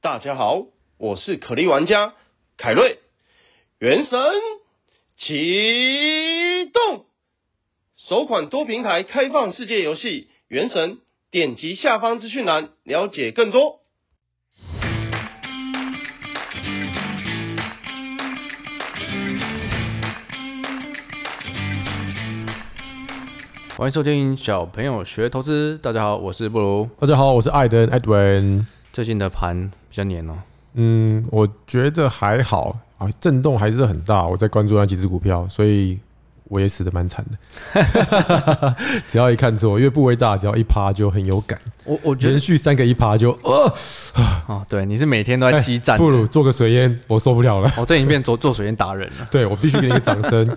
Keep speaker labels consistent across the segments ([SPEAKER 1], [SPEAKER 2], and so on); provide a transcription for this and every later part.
[SPEAKER 1] 大家好，我是可莉玩家凯瑞。原神启动，首款多平台开放世界游戏《原神》，点击下方资讯栏了解更多。
[SPEAKER 2] 欢迎收听小朋友学投资。大家好，我是布鲁。
[SPEAKER 3] 大家好，我是艾登 Edwin。
[SPEAKER 2] 最近的盘比较黏哦。
[SPEAKER 3] 嗯，我觉得还好啊，震动还是很大。我在关注那几只股票，所以我也死的蛮惨的。 只要一看错，因为部位大，只要一趴就很有感。
[SPEAKER 2] 我我觉得
[SPEAKER 3] 连续三个一趴就，呃，
[SPEAKER 2] 哦，对，你是每天都在激 战、
[SPEAKER 3] 哎不如做个水淹，我受不了 了。
[SPEAKER 2] 我、哦、这已经变做做水烟达人了。
[SPEAKER 3] 对我必须给你一个掌声。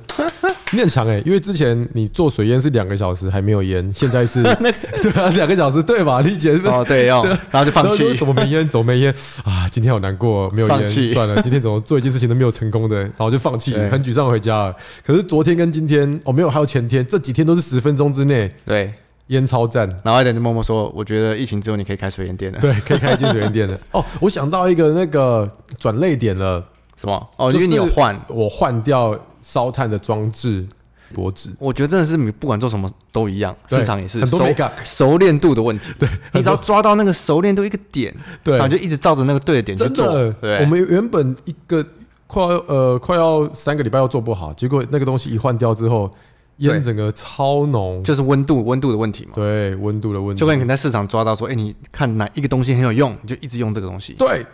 [SPEAKER 3] 你很强哎、因为之前你做水淹是两个小时还没有淹，现 在是 对啊，两个小时 对吧？丽姐是不是？
[SPEAKER 2] 哦，对，要，然后就放
[SPEAKER 3] 然
[SPEAKER 2] 弃
[SPEAKER 3] 后就。怎么没烟？怎么没烟？啊，今天好难过，没有
[SPEAKER 2] 放
[SPEAKER 3] 烟，
[SPEAKER 2] 弃
[SPEAKER 3] 算了，今天怎么做一件事情都没有成 功的，然后就放弃，
[SPEAKER 2] 对
[SPEAKER 3] 很沮丧回家了。可是昨天跟今天，哦，没有，还有前天，这几天都是十分钟之内
[SPEAKER 2] 对，
[SPEAKER 3] 烟超赞。
[SPEAKER 2] 然后艾德就默默说，我觉得疫情之后你可以开水烟店了。，
[SPEAKER 3] 对，可以开进水 烟店的。哦，我想到一个那个转类点了，
[SPEAKER 2] 什么？哦，
[SPEAKER 3] 就
[SPEAKER 2] 因为
[SPEAKER 3] 是
[SPEAKER 2] 你有换。
[SPEAKER 3] 我换掉烧炭的装置脖子。
[SPEAKER 2] 我觉得真的是不管做什么都一样，
[SPEAKER 3] 对
[SPEAKER 2] 市场也是
[SPEAKER 3] 很多
[SPEAKER 2] 熟
[SPEAKER 3] mega
[SPEAKER 2] 熟练度的问题。对，你只要
[SPEAKER 3] 很
[SPEAKER 2] 抓到那个熟练度一个点，
[SPEAKER 3] 对
[SPEAKER 2] 然后你就一直照着那个对的点去
[SPEAKER 3] 真
[SPEAKER 2] 做。
[SPEAKER 3] 的，
[SPEAKER 2] 对，
[SPEAKER 3] 我们原本一个快要呃快要三个礼拜要做不好，结果那个东西一换掉之后，
[SPEAKER 2] 对
[SPEAKER 3] 烟整个超浓，
[SPEAKER 2] 就是温度温度的问题嘛。
[SPEAKER 3] 对温度的问题，
[SPEAKER 2] 就跟你可能在市场抓到说，哎、你看哪一个东西很有用，你就一直用这个东西，
[SPEAKER 3] 对，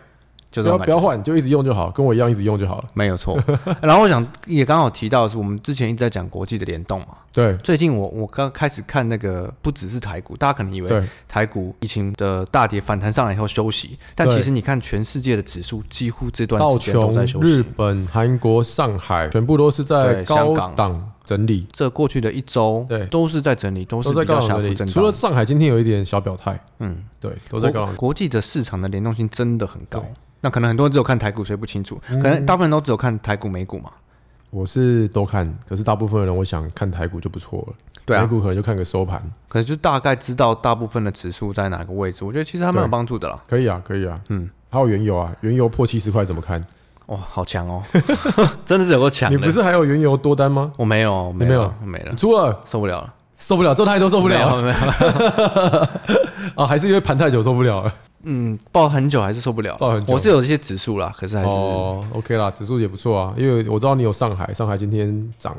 [SPEAKER 2] 就这
[SPEAKER 3] 不
[SPEAKER 2] 种
[SPEAKER 3] 要
[SPEAKER 2] 感
[SPEAKER 3] 不
[SPEAKER 2] 觉
[SPEAKER 3] 要换，就一直用就好，跟我一样一直用就好了。
[SPEAKER 2] 没有 错。然后我想也刚好提到的是，我们之前一直在讲国际的联动嘛。
[SPEAKER 3] 对，
[SPEAKER 2] 最近我我刚开始看那个，不只是台股，大家可能以为
[SPEAKER 3] 对
[SPEAKER 2] 台股疫情的大跌反弹上来以后休息，但
[SPEAKER 3] 对
[SPEAKER 2] 其实你看全世界的指数几乎这段
[SPEAKER 3] 道
[SPEAKER 2] 时间都
[SPEAKER 3] 琼
[SPEAKER 2] 在、休
[SPEAKER 3] 日
[SPEAKER 2] 息。
[SPEAKER 3] 本、韩国、上海，全部都是在
[SPEAKER 2] 对香港
[SPEAKER 3] 高档整理，
[SPEAKER 2] 这过去的一周
[SPEAKER 3] 对
[SPEAKER 2] 都是在整理，都是
[SPEAKER 3] 都在
[SPEAKER 2] 比较
[SPEAKER 3] 高
[SPEAKER 2] 下
[SPEAKER 3] 档
[SPEAKER 2] 幅
[SPEAKER 3] 整
[SPEAKER 2] 震荡
[SPEAKER 3] 理。
[SPEAKER 2] 的。
[SPEAKER 3] 除了上海今天有一点小表态，
[SPEAKER 2] 嗯，
[SPEAKER 3] 对，都在高
[SPEAKER 2] 国
[SPEAKER 3] 档。
[SPEAKER 2] 国际的市场的联动性真的很高。那可能很多人只有看台股，所以不清楚。
[SPEAKER 3] 嗯
[SPEAKER 2] 可能大部分人都只有看台股、美股嘛。
[SPEAKER 3] 我是都看，可是大部分人我想看台股就不错了，
[SPEAKER 2] 对啊
[SPEAKER 3] 台股可能就看个收盘，
[SPEAKER 2] 可能就大概知道大部分的指数在哪个位置，我觉得其实还蛮有
[SPEAKER 3] 对
[SPEAKER 2] 帮助的啦。
[SPEAKER 3] 可以啊，可以啊。
[SPEAKER 2] 嗯，
[SPEAKER 3] 还有原油啊，原油破七十块怎么看？
[SPEAKER 2] 哇，好强哦， 真的是有够强
[SPEAKER 3] 你
[SPEAKER 2] 的。
[SPEAKER 3] 不是还有原油多单吗？
[SPEAKER 2] 我没有，我
[SPEAKER 3] 你
[SPEAKER 2] 没
[SPEAKER 3] 没
[SPEAKER 2] 有
[SPEAKER 3] 有，，
[SPEAKER 2] 没了
[SPEAKER 3] 你，出了，
[SPEAKER 2] 受不了了，
[SPEAKER 3] 受不了，做太多受不
[SPEAKER 2] 没
[SPEAKER 3] 了
[SPEAKER 2] 有，没有。
[SPEAKER 3] 啊，还是因为盘太久受不了了。
[SPEAKER 2] 嗯，抱很久还是受不了。
[SPEAKER 3] 抱很久
[SPEAKER 2] 我是有一些指数啦，可是还是、
[SPEAKER 3] 哦，OK 啦，指数也不错啊，因为我知道你有上海，上海今天涨，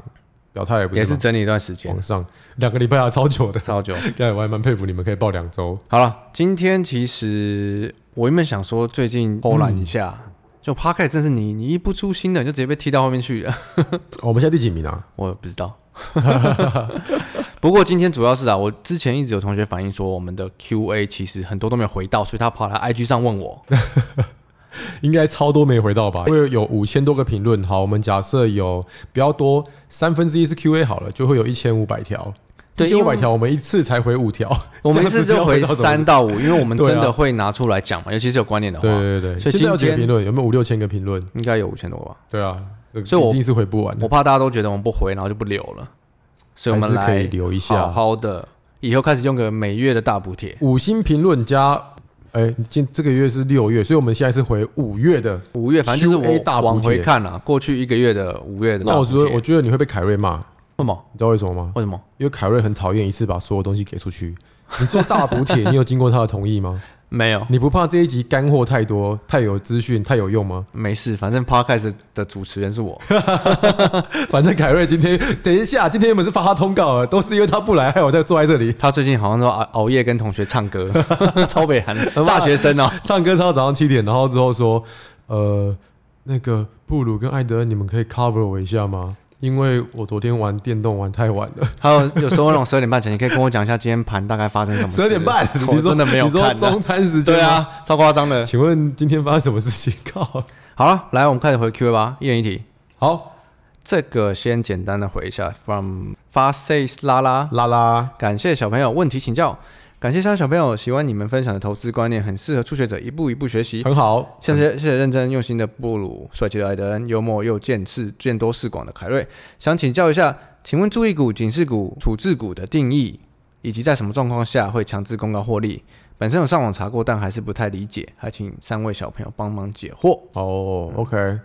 [SPEAKER 3] 表态也不
[SPEAKER 2] 也是
[SPEAKER 3] 吗哦
[SPEAKER 2] 整理一段时间
[SPEAKER 3] 往，上，两个礼拜啊，超久的。
[SPEAKER 2] 超久。
[SPEAKER 3] 对，我还蛮佩服你们可以报两周。
[SPEAKER 2] 好了，今天其实我原本想说最
[SPEAKER 3] 嗯
[SPEAKER 2] 近偷懒一下，就 p a r k 真是你你一不出新的你就直接被踢到后面 去了。
[SPEAKER 3] 哦我们现在第几名啊？
[SPEAKER 2] 我不知道。 不过今天主要是啊，我之前一直有同学反映说，我们的 Q&A 其实很多都没有回到，所以他跑来 IG 上问 我。
[SPEAKER 3] 应该超多没回到吧？因为有五千多个评论。好，我们假设有比较多，三分之一是 Q&A 好了，就会有一千五百条。
[SPEAKER 2] 对
[SPEAKER 3] 一千
[SPEAKER 2] 因
[SPEAKER 3] 五
[SPEAKER 2] 为
[SPEAKER 3] 百条，我们一次才回五条。
[SPEAKER 2] 我们一
[SPEAKER 3] 这样
[SPEAKER 2] 次
[SPEAKER 3] 不知
[SPEAKER 2] 就
[SPEAKER 3] 道
[SPEAKER 2] 回
[SPEAKER 3] 到什么
[SPEAKER 2] 三到五，因为我们
[SPEAKER 3] 对啊
[SPEAKER 2] 真的会拿出来讲嘛，尤其是有观念的话。
[SPEAKER 3] 啊 对对对，
[SPEAKER 2] 所以
[SPEAKER 3] 现在有
[SPEAKER 2] 今
[SPEAKER 3] 几个评
[SPEAKER 2] 天
[SPEAKER 3] 论？有没有五六千个评论？
[SPEAKER 2] 应该有五千多吧。
[SPEAKER 3] 对啊，这个
[SPEAKER 2] 所以我
[SPEAKER 3] 一定是回不完
[SPEAKER 2] 我
[SPEAKER 3] 的。
[SPEAKER 2] 怕大家都觉得我们不回，然后就不留了，所以我们
[SPEAKER 3] 还是可
[SPEAKER 2] 来
[SPEAKER 3] 以留一下
[SPEAKER 2] 好好的，以后开始用个每月的大补贴，
[SPEAKER 3] 五星评论加，哎，今这个月是六月，所以我们现在是回五月的。
[SPEAKER 2] 五月反正就是
[SPEAKER 3] Q&A
[SPEAKER 2] 我
[SPEAKER 3] 大补贴
[SPEAKER 2] 往回看啊，过去一个月的五月的大补
[SPEAKER 3] 那我
[SPEAKER 2] 贴。
[SPEAKER 3] 觉得，我觉得你会被凯瑞骂，
[SPEAKER 2] 为什么？
[SPEAKER 3] 你知道为什么吗？
[SPEAKER 2] 为什么？
[SPEAKER 3] 因为凯瑞很讨厌一次把所有东西给出去。你做大补 帖，你有经过他的同意吗？
[SPEAKER 2] 没有，
[SPEAKER 3] 你不怕这一集干货太多、太有资讯、太有 用吗？
[SPEAKER 2] 没事，反正 podcast 的主持人是 我。
[SPEAKER 3] 反正凯瑞今天，等一下，今天原本是发他通告了，都是因为他不来，害我在坐在这里。
[SPEAKER 2] 他最近好像都熬熬夜跟同学唱 歌，超北韩的 大学生哦。
[SPEAKER 3] 唱歌唱到早上七点，然后之后说，呃，那个布鲁跟艾德恩，你们可以 cover 我一下吗？因为我昨天玩电动玩太晚了，
[SPEAKER 2] 还有有时候那种十二点半前，你可以跟我讲一下今天盘大概发生什么事。
[SPEAKER 3] 十二点半，
[SPEAKER 2] 我
[SPEAKER 3] 你说
[SPEAKER 2] 真的没有
[SPEAKER 3] 你说
[SPEAKER 2] 看啊。
[SPEAKER 3] 中餐时间？
[SPEAKER 2] 对，啊，超夸张的。
[SPEAKER 3] 请问今天发生什么事 情？靠，
[SPEAKER 2] 好了，来我们开始回 Q&A 吧，一人一题。
[SPEAKER 3] 好，
[SPEAKER 2] 这个先简单的回一下，from f a s a c e 拉拉，
[SPEAKER 3] 拉拉，
[SPEAKER 2] 感谢小朋友问题请教，感谢三位小朋友，喜欢你们分享的投资观念，很适合初学者一步一步学习。
[SPEAKER 3] 很好，
[SPEAKER 2] 谢谢谢谢认真用心的布鲁，帅气的艾德恩，幽默又见识见多识广的凯瑞，想请教一下，请问注意股、警示股、处置股的定义，以及在什么状况下会强制公告获利？本身有上网查过，但还是不太理解，还请三位小朋友帮忙解惑。
[SPEAKER 3] 哦，OK，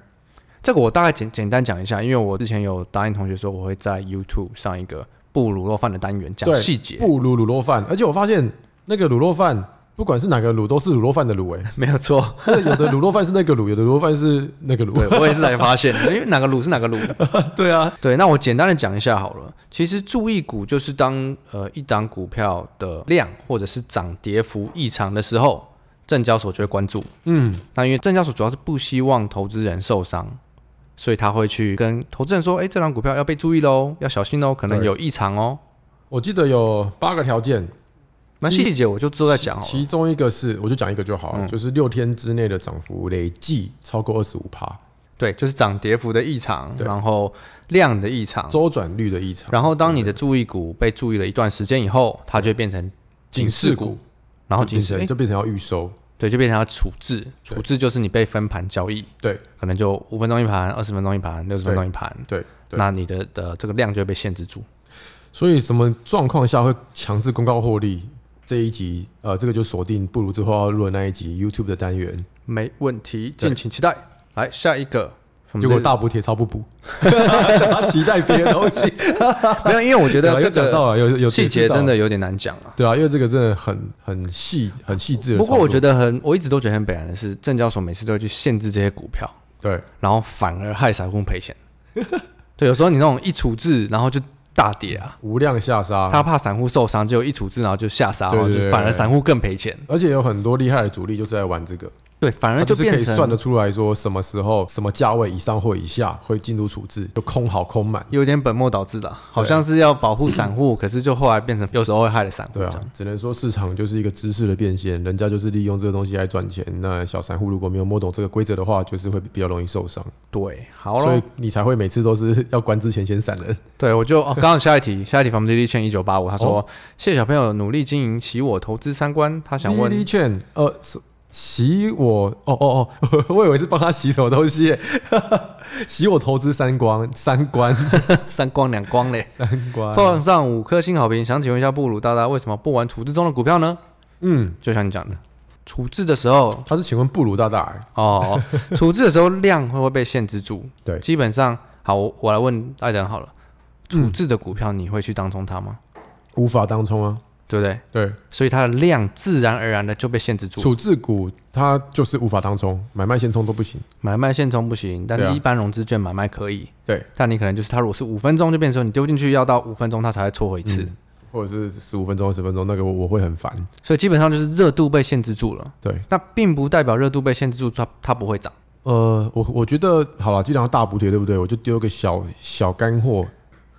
[SPEAKER 2] 这个我大概简简单讲一下，因为我之前有答应同学说我会在 YouTube 上一个不卤肉饭的单元讲
[SPEAKER 3] 对
[SPEAKER 2] 细节，
[SPEAKER 3] 不如卤肉饭，而且我发现那个卤肉饭，不管是哪个卤，都是卤肉饭的卤哎、
[SPEAKER 2] 没有错。
[SPEAKER 3] 那 有的卤肉饭是那个卤，有的卤肉饭是那个
[SPEAKER 2] 对
[SPEAKER 3] 卤。，
[SPEAKER 2] 我也是才发现，因为哪个卤是哪个卤。
[SPEAKER 3] 对啊，
[SPEAKER 2] 对，那我简单的讲一下好了。其实注意股就是当呃一档股票的量或者是涨跌幅异常的时候，证交所就会关注。
[SPEAKER 3] 嗯，
[SPEAKER 2] 那因为证交所主要是不希望投资人受伤，所以他会去跟投资人说，哎、这档股票要被注意喽，要小心喽，可能
[SPEAKER 3] 对
[SPEAKER 2] 有异常哦。
[SPEAKER 3] 我记得有八个条件，
[SPEAKER 2] 那细节我就之后再讲好
[SPEAKER 3] 其
[SPEAKER 2] 了。
[SPEAKER 3] 中一个是，我就讲一个就好了，
[SPEAKER 2] 嗯
[SPEAKER 3] 就是六天之内的涨幅累计超过二十五趴，
[SPEAKER 2] 对，就是涨跌幅的异常，
[SPEAKER 3] 对
[SPEAKER 2] 然后量的异常，
[SPEAKER 3] 周转率的异常，
[SPEAKER 2] 啊然后当你的注意股被注意了一段时间以后，它就会变成警示股，，然后
[SPEAKER 3] 就
[SPEAKER 2] 警
[SPEAKER 3] 变
[SPEAKER 2] 示，
[SPEAKER 3] 成
[SPEAKER 2] 诶
[SPEAKER 3] 就变成要预收，
[SPEAKER 2] 对，就变成要处置，
[SPEAKER 3] 对
[SPEAKER 2] 处置就是你被分盘交易，
[SPEAKER 3] 对
[SPEAKER 2] 可能就五分钟一盘，二十分钟一盘，六十分钟一盘，
[SPEAKER 3] 对对。
[SPEAKER 2] 那你的的这个量就会被限制住。
[SPEAKER 3] 所以什么状况下会强制公告获利？这一集呃，这个就锁定不如之后要录的那一集 YouTube 的单元，
[SPEAKER 2] 没问题，
[SPEAKER 3] 对
[SPEAKER 2] 敬请期待。来下一个，我们
[SPEAKER 3] 结果
[SPEAKER 2] 这
[SPEAKER 3] 大补贴超不补，他期待别的东西。
[SPEAKER 2] 没有，因为我觉
[SPEAKER 3] 有
[SPEAKER 2] 得
[SPEAKER 3] 啊
[SPEAKER 2] 这
[SPEAKER 3] 有讲到
[SPEAKER 2] 个
[SPEAKER 3] 啊有有有
[SPEAKER 2] 细
[SPEAKER 3] 解
[SPEAKER 2] 节
[SPEAKER 3] 释到
[SPEAKER 2] 真的有点难讲啊。
[SPEAKER 3] 对啊，因为这个真的很很细很细致的
[SPEAKER 2] 不
[SPEAKER 3] 操作。
[SPEAKER 2] 过我觉得很，我一直都觉得很北然的是，证交所每次都会去限制这些股票，
[SPEAKER 3] 对
[SPEAKER 2] 然后反而害散户赔钱。 对，有时候你那种一处置，然后就大跌啊，
[SPEAKER 3] 无量下杀，
[SPEAKER 2] 他怕散户受伤，结果一处置然后就下杀，
[SPEAKER 3] 对
[SPEAKER 2] 然后
[SPEAKER 3] 对
[SPEAKER 2] 就
[SPEAKER 3] 对
[SPEAKER 2] 反而散户更赔钱。
[SPEAKER 3] 而且有很多厉害的主力就是在玩这个，
[SPEAKER 2] 对，反而
[SPEAKER 3] 他就是可
[SPEAKER 2] 变
[SPEAKER 3] 以算得
[SPEAKER 2] 成
[SPEAKER 3] 出来说什么时候、什么价位以上或以下会进入处置，就空好空满。
[SPEAKER 2] 有点本末倒置的啊，好像是要保护散户，可是就后来变成有时候会害了散户
[SPEAKER 3] 对
[SPEAKER 2] 这样。
[SPEAKER 3] 啊，只能说市场就是一个知识的变现，人家就是利用这个东西来赚钱。那小散户如果没有摸懂这个规则的话，就是会比较容易受伤，
[SPEAKER 2] 对，好
[SPEAKER 3] 所
[SPEAKER 2] 了
[SPEAKER 3] 以。你才会每次都是要关之前先闪人。
[SPEAKER 2] 对，我就哦，刚好下一题，下一题房地利券一九八五，他说、
[SPEAKER 3] 哦
[SPEAKER 2] 谢小朋友努力经营，洗我投资三观，他想
[SPEAKER 3] 利
[SPEAKER 2] 问
[SPEAKER 3] 利券，呃，是洗我，哦哦哦， 我以为是帮他洗什么东西耶， 洗我投资三光三 观
[SPEAKER 2] 三光两光嘞，
[SPEAKER 3] 三 观。
[SPEAKER 2] 放上五颗星好评，想请问一下布鲁大大为什么不玩处置中的股票呢？
[SPEAKER 3] 嗯，
[SPEAKER 2] 就像你讲的，处置的时候
[SPEAKER 3] 他是请问布鲁大大耶，
[SPEAKER 2] 哦，处置的时候量会不会被限制住？
[SPEAKER 3] 对
[SPEAKER 2] 基本上好，我我来问艾人好了，处
[SPEAKER 3] 嗯
[SPEAKER 2] 置的股票你会去当冲它吗？
[SPEAKER 3] 无法当冲啊，
[SPEAKER 2] 对不对？
[SPEAKER 3] 对，
[SPEAKER 2] 所以它的量自然而然的就被限制住。
[SPEAKER 3] 处置股它就是无法当冲，买卖现冲都不行，
[SPEAKER 2] 买卖现冲不行，但
[SPEAKER 3] 对
[SPEAKER 2] 是
[SPEAKER 3] 啊
[SPEAKER 2] 一般融资券买卖可以。
[SPEAKER 3] 对，
[SPEAKER 2] 但你可能就是它如果是五分钟就变成说你丢进去要到五分钟它才会搓回一次，
[SPEAKER 3] 嗯或者是十五分钟、十分钟，那个我我会很烦，
[SPEAKER 2] 所以基本上就是热度被限制住了。
[SPEAKER 3] 对，
[SPEAKER 2] 那并不代表热度被限制住它它不会涨。
[SPEAKER 3] 呃，我我觉得好了，既然要大补贴，对不对？我就丢个小小干货。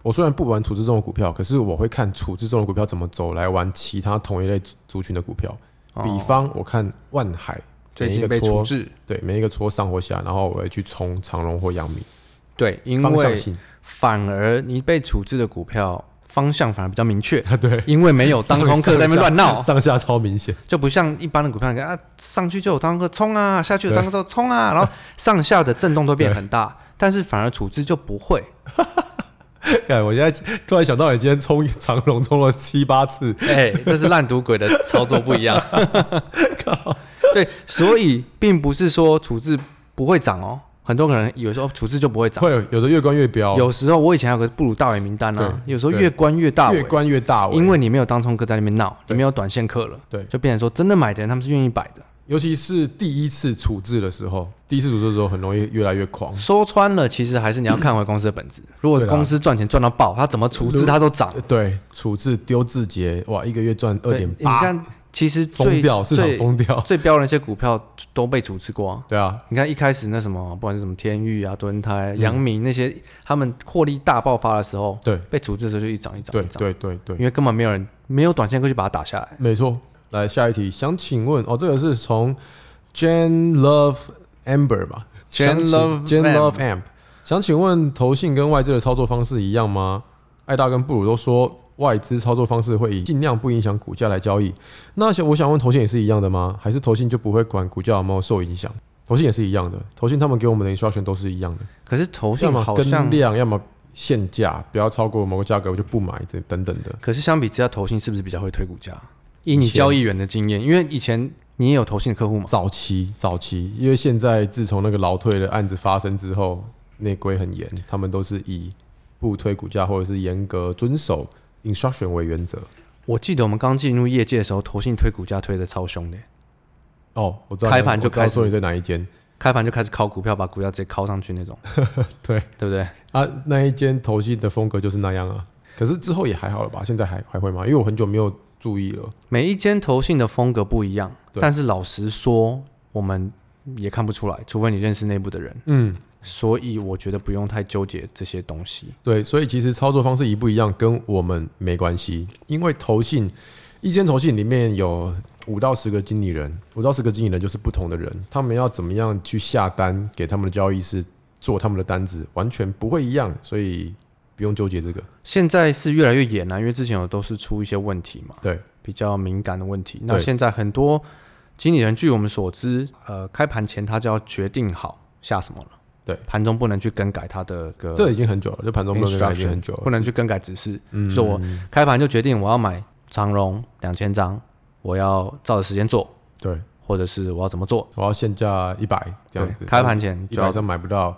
[SPEAKER 3] 我虽然不玩处置这种股票，可是我会看处置这种股票怎么走来玩其他同一类族族群的股票。
[SPEAKER 2] 哦
[SPEAKER 3] 比方我看万海
[SPEAKER 2] 最近
[SPEAKER 3] 每一个
[SPEAKER 2] 被
[SPEAKER 3] 戳
[SPEAKER 2] 处置，
[SPEAKER 3] 对，每一个戳上或下，然后我会去冲长荣或阳明。
[SPEAKER 2] 对，因
[SPEAKER 3] 方向
[SPEAKER 2] 为
[SPEAKER 3] 性
[SPEAKER 2] 反而你被处置的股票方向反而比较明确，
[SPEAKER 3] 啊， 对，
[SPEAKER 2] 因为没 有当冲客在那边乱闹，
[SPEAKER 3] 上下超明显。
[SPEAKER 2] 就不像一般的股票，你看啊上去就有当冲客冲啊，下去有当冲客冲啊，然后上下的震动都变很大，但是反而处置就不 会。
[SPEAKER 3] 哎，我现在突然想到，你今天冲长荣冲了七八次，
[SPEAKER 2] 哎、这是烂赌鬼的操作不一 样。对，所以并不是说处置不会涨哦，很多可能有时候处置就不会涨。
[SPEAKER 3] 会有有的越关越彪，
[SPEAKER 2] 有时候我以前还有个布鲁大尾名单啊，
[SPEAKER 3] 对
[SPEAKER 2] 有时候越关越大尾，
[SPEAKER 3] 越关越大尾，
[SPEAKER 2] 因为你没有当冲客在那边闹，你
[SPEAKER 3] 欸对
[SPEAKER 2] 没有短线客了，
[SPEAKER 3] 对
[SPEAKER 2] 就变成说真的买的人他们是愿意摆的。
[SPEAKER 3] 尤其是第一次处置的时候，第一次处置的时候很容易越来越狂。
[SPEAKER 2] 说穿了，其实还是你要看回公司的本 质。如果
[SPEAKER 3] 对啦
[SPEAKER 2] 公司赚钱赚到爆，它怎么处
[SPEAKER 3] 啊
[SPEAKER 2] 置它都涨。
[SPEAKER 3] 对，处置丢字节，哇，一个月赚二
[SPEAKER 2] 对
[SPEAKER 3] 点
[SPEAKER 2] 你
[SPEAKER 3] 八，
[SPEAKER 2] 看，其实最
[SPEAKER 3] 疯掉，市场
[SPEAKER 2] 最
[SPEAKER 3] 疯掉。
[SPEAKER 2] 最标的那些股票都被处置过啊。
[SPEAKER 3] 对啊，
[SPEAKER 2] 你看一开始那什么，不管是什么天域啊、敦泰、阳明那些，他们获利大爆发的时候，
[SPEAKER 3] 嗯对
[SPEAKER 2] 被处置的时候就一涨一涨
[SPEAKER 3] 对
[SPEAKER 2] 一涨，
[SPEAKER 3] 对对
[SPEAKER 2] 因
[SPEAKER 3] 对，
[SPEAKER 2] 为根本没有人没有短线客去把它打下来。
[SPEAKER 3] 没错。来下一题，想请问哦，这个是从 Jan Love Amber 吧
[SPEAKER 2] Jan
[SPEAKER 3] 想请
[SPEAKER 2] Love
[SPEAKER 3] Jan
[SPEAKER 2] Amp
[SPEAKER 3] Love Amp，想请问投信跟外资的操作方式一样吗？艾大跟布鲁都说外资操作方式会以尽量不影响股价来交易，那想我想问投信也是一样的吗？还是投信就不会管股价有没有受影响？投信也是一样的，投信他们给我们的 instruction 都是一样的。
[SPEAKER 2] 可是投
[SPEAKER 3] 要
[SPEAKER 2] 信
[SPEAKER 3] 么
[SPEAKER 2] 好
[SPEAKER 3] 跟
[SPEAKER 2] 像，
[SPEAKER 3] 量，要么限价，不要超过某个价格我就不买，这等等的。
[SPEAKER 2] 可是相比之下，投信是不是比较会推股价？以你
[SPEAKER 3] 以前
[SPEAKER 2] 交易员的经验，因为以前你也有投信的客户嘛，
[SPEAKER 3] 早期早期，因为现在自从那个劳退的案子发生之后，内规很严，他们都是以不推股价或者是严格遵守 instruction 为原则。
[SPEAKER 2] 我记得我们刚进入业界的时候，投信推股价推的超凶的，
[SPEAKER 3] 哦，我知道
[SPEAKER 2] 开盘就
[SPEAKER 3] 我知道
[SPEAKER 2] 开始
[SPEAKER 3] 说你在哪一间，
[SPEAKER 2] 开盘就开始敲股票，把股价直接敲上去那 种，
[SPEAKER 3] 对
[SPEAKER 2] 对不对？
[SPEAKER 3] 啊，那一间投信的风格就是那样啊。可是之后也还好了吧？现在还还会吗？因为我很久没有注意了。
[SPEAKER 2] 每一间投信的风格不一样，
[SPEAKER 3] 对
[SPEAKER 2] 但是老实说，我们也看不出来，除非你认识内部的人，
[SPEAKER 3] 嗯，
[SPEAKER 2] 所以我觉得不用太纠结这些东西。
[SPEAKER 3] 对，所以其实操作方式一不一样跟我们没关系，因为投信一间投信里面有五到十个经理人，五到十个经理人就是不同的人，他们要怎么样去下单给他们的交易师做他们的单子，完全不会一样，所以不用纠结这个。
[SPEAKER 2] 现在是越来越严啊了、因为之前有都是出一些问题嘛，
[SPEAKER 3] 对，
[SPEAKER 2] 比较敏感的问题。那
[SPEAKER 3] 对
[SPEAKER 2] 现在很多经理人，据我们所知，呃，开盘前他就要决定好下什么了，
[SPEAKER 3] 对
[SPEAKER 2] 盘中不能去更改他的个
[SPEAKER 3] 这已经很久了，这盘中论已经
[SPEAKER 2] 呃 instruction，
[SPEAKER 3] 很久
[SPEAKER 2] 不
[SPEAKER 3] 了。
[SPEAKER 2] 能去更改指示。
[SPEAKER 3] 嗯
[SPEAKER 2] 所以我开盘就决定我要买长荣两千张，我要照着时间做，
[SPEAKER 3] 对，
[SPEAKER 2] 或者是我要怎么做。
[SPEAKER 3] 我要限价一百这样
[SPEAKER 2] 对
[SPEAKER 3] 子，
[SPEAKER 2] 开盘前
[SPEAKER 3] 一
[SPEAKER 2] 就要
[SPEAKER 3] 百上买不到，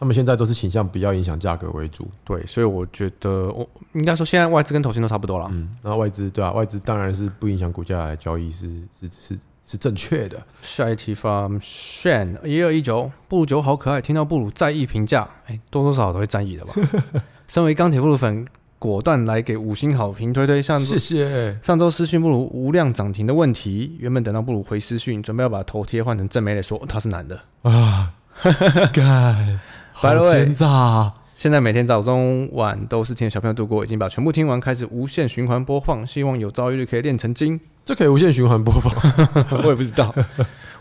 [SPEAKER 3] 他们现在都是倾向比较影响价格为主。
[SPEAKER 2] 对，所以我觉得我应该说现在外资跟投信都差不多了。
[SPEAKER 3] 嗯，然后外资对啊，外资当然是不影响股价来交易是是是是正确的。
[SPEAKER 2] 下一题 from Shan 一二一九，布鲁九好可爱，听到布鲁在意评价，哎，多多少少都会在意的 吧。身为钢铁布鲁粉，果断来给五星好评推推。上周
[SPEAKER 3] 谢 谢。
[SPEAKER 2] 上周私讯布鲁无量涨停的问题，原本等到布鲁回私讯，准备要把头贴换成正妹来说、哦他是男的。
[SPEAKER 3] 啊， 干，
[SPEAKER 2] By
[SPEAKER 3] 好
[SPEAKER 2] the way
[SPEAKER 3] 奸诈啊！
[SPEAKER 2] 现在每天早中晚都是听小朋友度过，已经把全部听完，开始无限循环播放，希望有朝一日可以练成精。
[SPEAKER 3] 这可以无限循环播 放。
[SPEAKER 2] 我也不知道。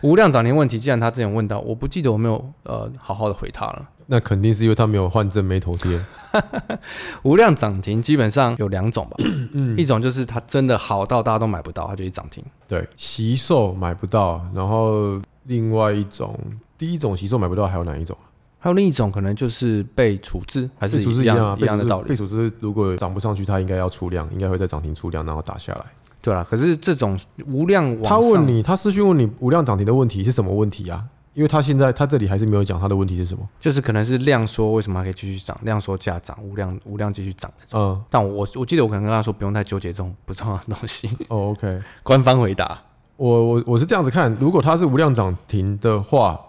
[SPEAKER 2] 无量涨停问题，既然他之前问到，我不记得我没有呃好好的回他了。
[SPEAKER 3] 那肯定是因为他没有换正没头贴。
[SPEAKER 2] 无量涨停基本上有两种吧，
[SPEAKER 3] 嗯，
[SPEAKER 2] 一种就是它真的好到大家都买不到，它就一涨停。
[SPEAKER 3] 对，惜售买不到，然后另外一种，第一种惜售买不到，还有哪一种啊？
[SPEAKER 2] 还有另一种可能就是被处置，还是
[SPEAKER 3] 贝楚是
[SPEAKER 2] 一
[SPEAKER 3] 样啊，
[SPEAKER 2] 样一
[SPEAKER 3] 贝
[SPEAKER 2] 样的
[SPEAKER 3] 楚是
[SPEAKER 2] 道
[SPEAKER 3] 贝
[SPEAKER 2] 理。
[SPEAKER 3] 楚是如果涨不上去，它应该要出量，应该会在涨停出量，然后打下来。
[SPEAKER 2] 对啦，可是这种无量往
[SPEAKER 3] 他
[SPEAKER 2] 上，
[SPEAKER 3] 问你，他私讯问你无量涨停的问题是什么问题啊？因为他现在他这里还是没有讲他的问题是什么。
[SPEAKER 2] 就是可能是量缩，为什么还可以继续涨？量缩价涨，无量无量继续涨那种。
[SPEAKER 3] 嗯，
[SPEAKER 2] 但我我记得我可能跟他说不用太纠结这种不重要的东西。
[SPEAKER 3] 哦，OK，
[SPEAKER 2] 官方回答，
[SPEAKER 3] 我我我是这样子看，如果它是无量涨停的话，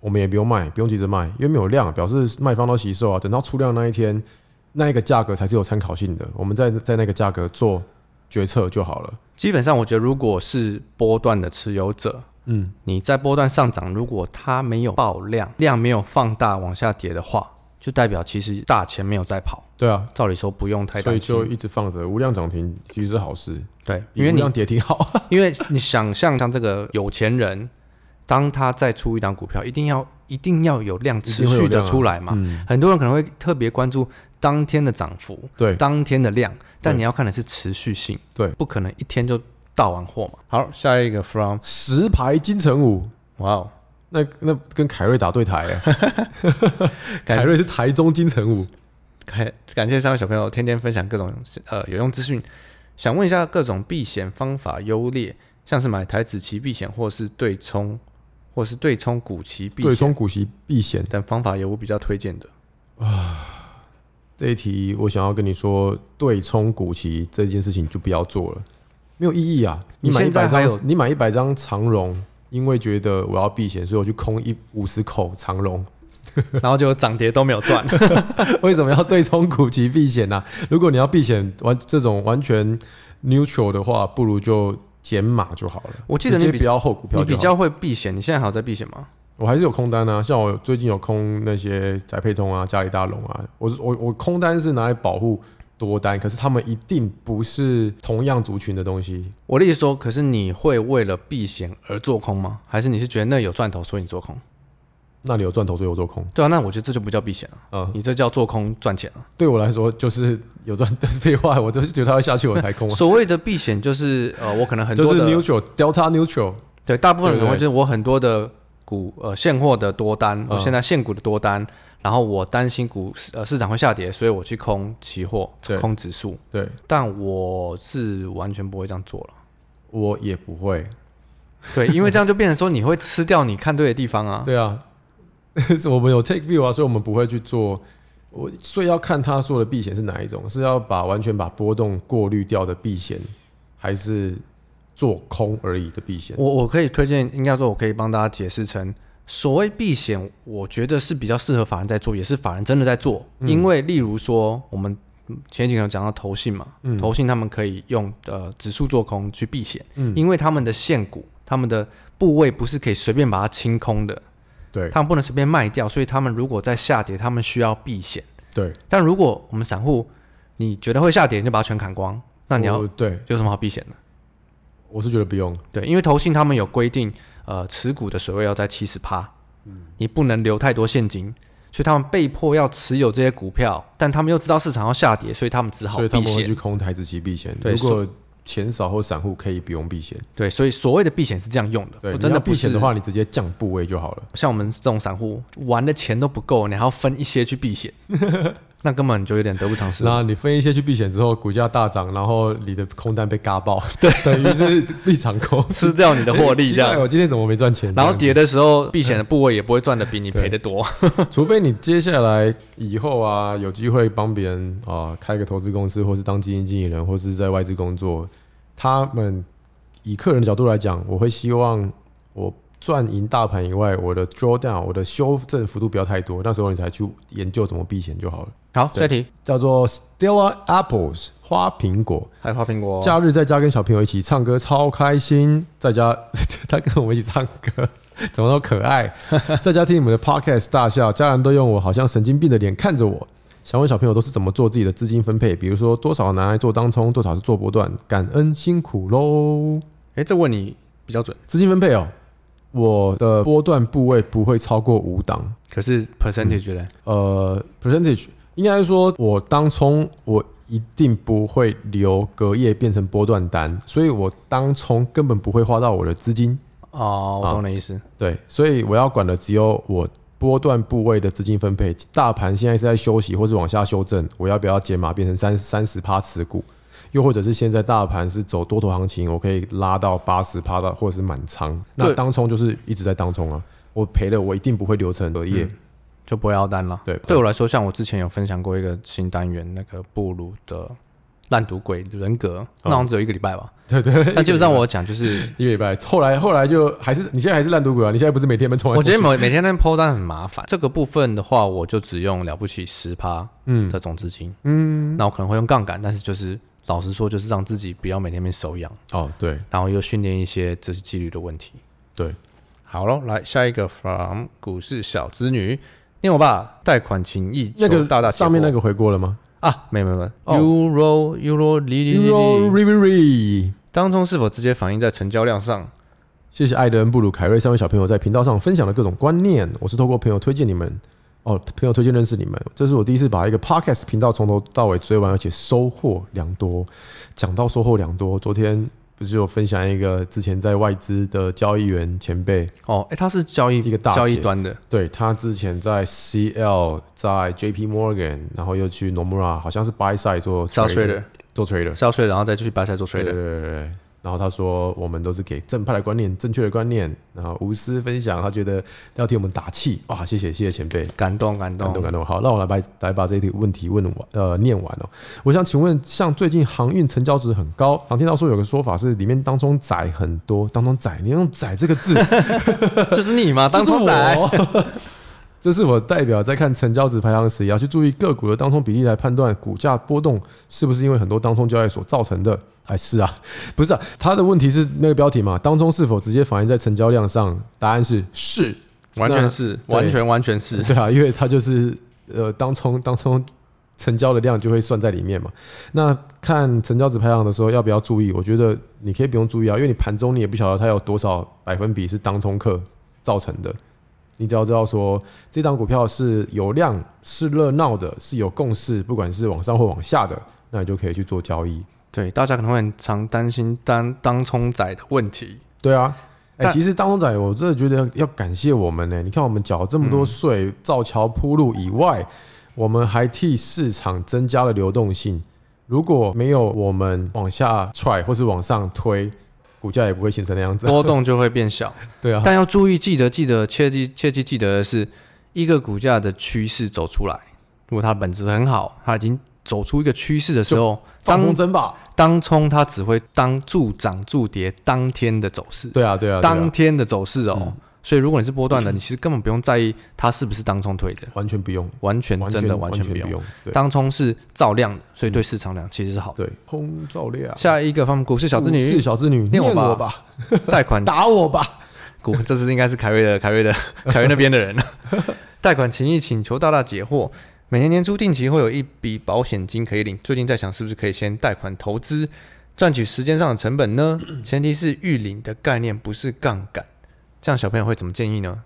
[SPEAKER 3] 我们也不用卖，不用急着卖，因为没有量，表示卖方都惜售啊。等到出量那一天，那一个价格才是有参考性的，我们在在那个价格做决策就好了。
[SPEAKER 2] 基本上我觉得如果是波段的持有者，
[SPEAKER 3] 嗯，
[SPEAKER 2] 你在波段上涨，如果它没有爆量，量没有放大往下跌的话，就代表其实大钱没有在跑。
[SPEAKER 3] 对啊，
[SPEAKER 2] 照理说不用太
[SPEAKER 3] 所以
[SPEAKER 2] 担
[SPEAKER 3] 就
[SPEAKER 2] 心，
[SPEAKER 3] 一直放着，无量涨停其实是好事，
[SPEAKER 2] 对，
[SPEAKER 3] 比
[SPEAKER 2] 因为
[SPEAKER 3] 无
[SPEAKER 2] 你
[SPEAKER 3] 量跌挺好。
[SPEAKER 2] 因为你想象像这个有钱人，当他再出一档股票，一定要一定要有量持续的出来嘛。
[SPEAKER 3] 一定会有量啊嗯
[SPEAKER 2] 很多人可能会特别关注当天的涨幅，
[SPEAKER 3] 对
[SPEAKER 2] 当天的量，但
[SPEAKER 3] 对
[SPEAKER 2] 你要看的是持续性，
[SPEAKER 3] 对，
[SPEAKER 2] 不可能一天就到完货嘛。好，下一个 from，
[SPEAKER 3] 石牌金城武，
[SPEAKER 2] 哇 哦，
[SPEAKER 3] 那那跟凯瑞打对台、欸，凯瑞是台中金城武。
[SPEAKER 2] 感感谢三位小朋友天天分享各种呃有用资讯。想问一下各种避险方法优劣，像是买台子期避险，或是对冲，或是对冲股期避险，
[SPEAKER 3] 对冲股息避险
[SPEAKER 2] 等方法有我比较推荐的。
[SPEAKER 3] 这一题，我想要跟你说，对冲股息这件事情就不要做了，没有意义啊！
[SPEAKER 2] 你
[SPEAKER 3] 买一
[SPEAKER 2] 现在
[SPEAKER 3] 百
[SPEAKER 2] 还有
[SPEAKER 3] 张，你买一百张长荣，因为觉得我要避险，所以我去空一五十口长荣。
[SPEAKER 2] 然后就涨跌都没有赚。
[SPEAKER 3] 为什么要对冲股息避险呢、啊如果你要避险完这种完全 neutral 的话，不如就减码就好了。
[SPEAKER 2] 我记得你
[SPEAKER 3] 直
[SPEAKER 2] 比
[SPEAKER 3] 接不要后股票
[SPEAKER 2] 你
[SPEAKER 3] 就
[SPEAKER 2] 比
[SPEAKER 3] 好
[SPEAKER 2] 较会避险，你现在还有在避险吗？
[SPEAKER 3] 我还是有空单啊，像我最近有空那些宅配通啊、嘉里大龙啊，我是我我空单是拿来保护多单，可是他们一定不是同样族群的东西。
[SPEAKER 2] 我的意思说，可是你会为了避险而做空吗？还是你是觉得那有赚头，所以你做空？
[SPEAKER 3] 那里有赚头，所以我做空。
[SPEAKER 2] 对啊，那我觉得这就不叫避险了，
[SPEAKER 3] 嗯，
[SPEAKER 2] 你这叫做空赚钱了。
[SPEAKER 3] 对我来说就是有赚， 但是废话，我都是觉得它会下去我才空啊，
[SPEAKER 2] 所谓的避险就是呃，我可能很
[SPEAKER 3] 就
[SPEAKER 2] 多
[SPEAKER 3] 是
[SPEAKER 2] 的
[SPEAKER 3] neutral delta neutral。
[SPEAKER 2] 对，大部分人可能会
[SPEAKER 3] 对不
[SPEAKER 2] 就
[SPEAKER 3] 对
[SPEAKER 2] 是我很多的股呃现货的多单，我
[SPEAKER 3] 嗯
[SPEAKER 2] 现在现股的多单，然后我担心股市呃市场会下跌，所以我去空期货
[SPEAKER 3] 对，
[SPEAKER 2] 空指数，
[SPEAKER 3] 对，
[SPEAKER 2] 但我是完全不会这样做了。
[SPEAKER 3] 我也不会。
[SPEAKER 2] 对，因为这样就变成说你会吃掉你看对的地方啊。
[SPEAKER 3] 对啊， 我们有 take view 啊，所以我们不会去做。我所以要看他说的避险是哪一种，是要把完全把波动过滤掉的避险，还是做空而已的避险？
[SPEAKER 2] 我我可以推荐，应该说我可以帮大家解释成，所谓避险，我觉得是比较适合法人在做，也是法人真的在做。
[SPEAKER 3] 嗯
[SPEAKER 2] 因为例如说，我们前几天有讲到投信嘛，
[SPEAKER 3] 嗯
[SPEAKER 2] 投信他们可以用呃指数做空去避险，
[SPEAKER 3] 嗯
[SPEAKER 2] 因为他们的现股，他们的部位不是可以随便把它清空的，
[SPEAKER 3] 对，
[SPEAKER 2] 他们不能随便卖掉，所以他们如果在下跌，他们需要避险。
[SPEAKER 3] 对，
[SPEAKER 2] 但如果我们散户你觉得会下跌，你就把它全砍光，那你要
[SPEAKER 3] 我对，
[SPEAKER 2] 有什么好避险的？
[SPEAKER 3] 我是觉得不用。
[SPEAKER 2] 对，因为投信他们有规定，呃，持股的水位要在七十趴，
[SPEAKER 3] 嗯
[SPEAKER 2] 你不能留太多现金，所以他们被迫要持有这些股票，但他们又知道市场要下跌，所以他们只好
[SPEAKER 3] 所以他
[SPEAKER 2] 避
[SPEAKER 3] 们会去
[SPEAKER 2] 险。
[SPEAKER 3] 空台子期避险。
[SPEAKER 2] 对
[SPEAKER 3] 如
[SPEAKER 2] 所
[SPEAKER 3] 果钱少或散户可以不用避险。
[SPEAKER 2] 对，所以所谓的避险是这样用的，
[SPEAKER 3] 对，
[SPEAKER 2] 不哦
[SPEAKER 3] 你
[SPEAKER 2] 真
[SPEAKER 3] 要
[SPEAKER 2] 的
[SPEAKER 3] 避
[SPEAKER 2] 不
[SPEAKER 3] 险
[SPEAKER 2] 是
[SPEAKER 3] 的话，，你直接降部位就好了。
[SPEAKER 2] 像我们这种散户玩的钱都不够，你还要分一些去避 险，那根本就有点得不偿失。
[SPEAKER 3] 那你分一些去避险之后，股价大涨，然后你的空单被嘎爆，对，等于是立场空，
[SPEAKER 2] 吃掉你的获利
[SPEAKER 3] 奇
[SPEAKER 2] 这
[SPEAKER 3] 怪我
[SPEAKER 2] 样，
[SPEAKER 3] 今天怎么没赚钱？
[SPEAKER 2] 然后
[SPEAKER 3] 这
[SPEAKER 2] 跌
[SPEAKER 3] 样
[SPEAKER 2] 的时候避险的部位也不会赚的比你
[SPEAKER 3] 对
[SPEAKER 2] 赔的多。
[SPEAKER 3] 子，除非你接下来以后啊，有机会帮别人啊、开个投资公司，或是当基金经理人，或是在外资工作，他们以客人的角度来讲，我会希望我赚赢大盘以外，我的 draw down，我的修正幅度不要太多，那时候你才去研究怎么避险就好了。
[SPEAKER 2] 好，下一题，
[SPEAKER 3] 叫做 Stella Apples 花苹果，
[SPEAKER 2] 还有花苹果，
[SPEAKER 3] 假日在家跟小朋友一起唱歌，超开心。在家， 他跟我们一起唱歌， 怎么都可爱。在家听你们的 podcast 大笑，家人都用我好像神经病的脸看着我。想问小朋友都是怎么做自己的资金分配？比如说多少拿来做当冲，多少是做波段？感恩辛苦喽。
[SPEAKER 2] 哎，这问你比较准，
[SPEAKER 3] 资金分配哦，我的波段部位不会超过五档，
[SPEAKER 2] 可是 percentage 呢？
[SPEAKER 3] 呃，percentage 应该说，我当冲我一定不会留隔夜变成波段单，所以我当冲根本不会花到我的资金。
[SPEAKER 2] 哦，我
[SPEAKER 3] 啊
[SPEAKER 2] 懂你的意思。
[SPEAKER 3] 对，所以我要管的只有我波段部位的资金分配。大盘现在是在休息或是往下修正，我要不要解码变成三三十趴持股？又或者是现在大盘是走多头行情，我可以拉到八十趴到或者是满仓。那
[SPEAKER 2] 对
[SPEAKER 3] 当冲就是一直在当冲啊，我赔了我一定不会留成隔夜。
[SPEAKER 2] 就不要单了。
[SPEAKER 3] 对
[SPEAKER 2] 对我来说，像我之前有分享过一个新单元，那个布鲁的烂赌鬼人格，那好像只有一个礼拜吧。
[SPEAKER 3] 对对对，
[SPEAKER 2] 但基本上我讲就是，
[SPEAKER 3] 一个礼拜，后来后来就还是你现在还是烂赌鬼啊？你现在不是每天被冲来
[SPEAKER 2] 我
[SPEAKER 3] 冲
[SPEAKER 2] 觉
[SPEAKER 3] 去？
[SPEAKER 2] 得每每天那抛单很麻烦。这个部分的话，我就只用了不起十趴
[SPEAKER 3] 嗯
[SPEAKER 2] 的总资金，
[SPEAKER 3] 嗯，
[SPEAKER 2] 那我可能会用杠杆，但是就是老实说，就是让自己不要每天被手痒，
[SPEAKER 3] 哦对
[SPEAKER 2] 然后又训练一些这是纪律的问题。
[SPEAKER 3] 对，
[SPEAKER 2] 好咯，来下一个 from 股市小织女，念我吧，贷款情谊
[SPEAKER 3] 那个
[SPEAKER 2] 求大大解惑
[SPEAKER 3] 上面那个回过了吗
[SPEAKER 2] 啊，没有没有没有、
[SPEAKER 3] 哦
[SPEAKER 2] Euro Euro 里里
[SPEAKER 3] ？Euro
[SPEAKER 2] 里里，
[SPEAKER 3] Rivery，
[SPEAKER 2] 当中是否直接反映在成交量上？
[SPEAKER 3] 谢谢艾德恩、布鲁、凯瑞三位小朋友在频道上分享的各种观念，我是透过朋友推荐你们。哦，朋友推荐认识你们，这是我第一次把一个 podcast 频道从头到尾追完，而且收获良多。讲到收获良多，昨天不是有分享一个之前在外资的交易员前辈，
[SPEAKER 2] 哦，哎，它是交易
[SPEAKER 3] 一个大
[SPEAKER 2] 交易
[SPEAKER 3] 姐
[SPEAKER 2] 端的，
[SPEAKER 3] 对他之前在 CL，在 JP Morgan，然后又去 Nomura，好像是 buy side 做
[SPEAKER 2] Sell trader
[SPEAKER 3] 做 trader，
[SPEAKER 2] 是要睡，然后再继续白菜做
[SPEAKER 3] 对
[SPEAKER 2] trader。
[SPEAKER 3] 对对对对。然后他说我们都是给正派的观念、正确的观念，然后无私分享，他觉得要替我们打气，哇，谢谢谢谢前辈。
[SPEAKER 2] 感动感动
[SPEAKER 3] 感动感动。好，那我来把来把这题问题问完，呃，念完哦。我想请问，像最近航运成交值很高，常听到说有个说法是里面当中仔很多，当中仔，你用仔这个字，
[SPEAKER 2] 就是你嘛，当冲仔。
[SPEAKER 3] 这是我 这是我代表在看成交值排行时，也要去注意个股的当冲比例来判断股价波动是不是因为很多当冲交易所造成的。哎，是啊， 不是啊，他的问题是那个标题嘛，当中是否直接反映在成交量上？答案是是，
[SPEAKER 2] 完全是，
[SPEAKER 3] 那
[SPEAKER 2] 完全完全是。
[SPEAKER 3] 对啊，因为它就是呃当冲当冲成交的量就会算在里面嘛。那看成交值排行的时候要不要注意？我觉得你可以不用注意啊，因为你盘中你也不晓得它有多少百分比是当冲客造成的。你只要知道说这档股票是有量、是热闹的、是有共识，不管是往上或往下的，那你就可以去做交易。
[SPEAKER 2] 对，大家可能会很常担心当当冲仔的问题。
[SPEAKER 3] 对啊，哎、
[SPEAKER 2] 但
[SPEAKER 3] 其实当中仔，我真的觉得要感谢我们呢、你看我们缴了这么多税，
[SPEAKER 2] 嗯
[SPEAKER 3] 造桥铺路以外，我们还替市场增加了流动性。如果没有我们往下踹或是往上推，股价也不会形成那样子。
[SPEAKER 2] 波动就会变 小。
[SPEAKER 3] 对啊，
[SPEAKER 2] 但要注意，记得记得切记切记记得的是，一个股价的趋势走出来，如果它本质很好，它已经走出一个趋势的时候，
[SPEAKER 3] 放
[SPEAKER 2] 当
[SPEAKER 3] 风筝吧。
[SPEAKER 2] 当冲它只会当助涨助跌当天的走势，
[SPEAKER 3] 对啊，对啊，对啊
[SPEAKER 2] 当天的走势哦。
[SPEAKER 3] 嗯
[SPEAKER 2] 所以如果你是波段的，你其实根本不用在意它是不是当冲推的，
[SPEAKER 3] 完全不用，
[SPEAKER 2] 完全
[SPEAKER 3] 完
[SPEAKER 2] 真的
[SPEAKER 3] 完
[SPEAKER 2] 完
[SPEAKER 3] 全
[SPEAKER 2] 全不用。
[SPEAKER 3] 用。对
[SPEAKER 2] 当冲是照亮的，所以对市场量其实是好的。
[SPEAKER 3] 对，轰照亮。
[SPEAKER 2] 下一个方面，股市小子
[SPEAKER 3] 是
[SPEAKER 2] 女
[SPEAKER 3] 小织女，
[SPEAKER 2] 念
[SPEAKER 3] 念
[SPEAKER 2] 我吧
[SPEAKER 3] 我吧，
[SPEAKER 2] 贷款
[SPEAKER 3] 打我吧。
[SPEAKER 2] 股，这次应该是凯瑞的，凯 瑞的，凯瑞那边的人。贷款情谊请求大大解惑，每年年初定期会有一笔保险金可以领，最近在想是不是可以先贷款投资，赚取时间上的成本 呢？前提是预领的概念不是杠杆，这样小朋友会怎么建议呢？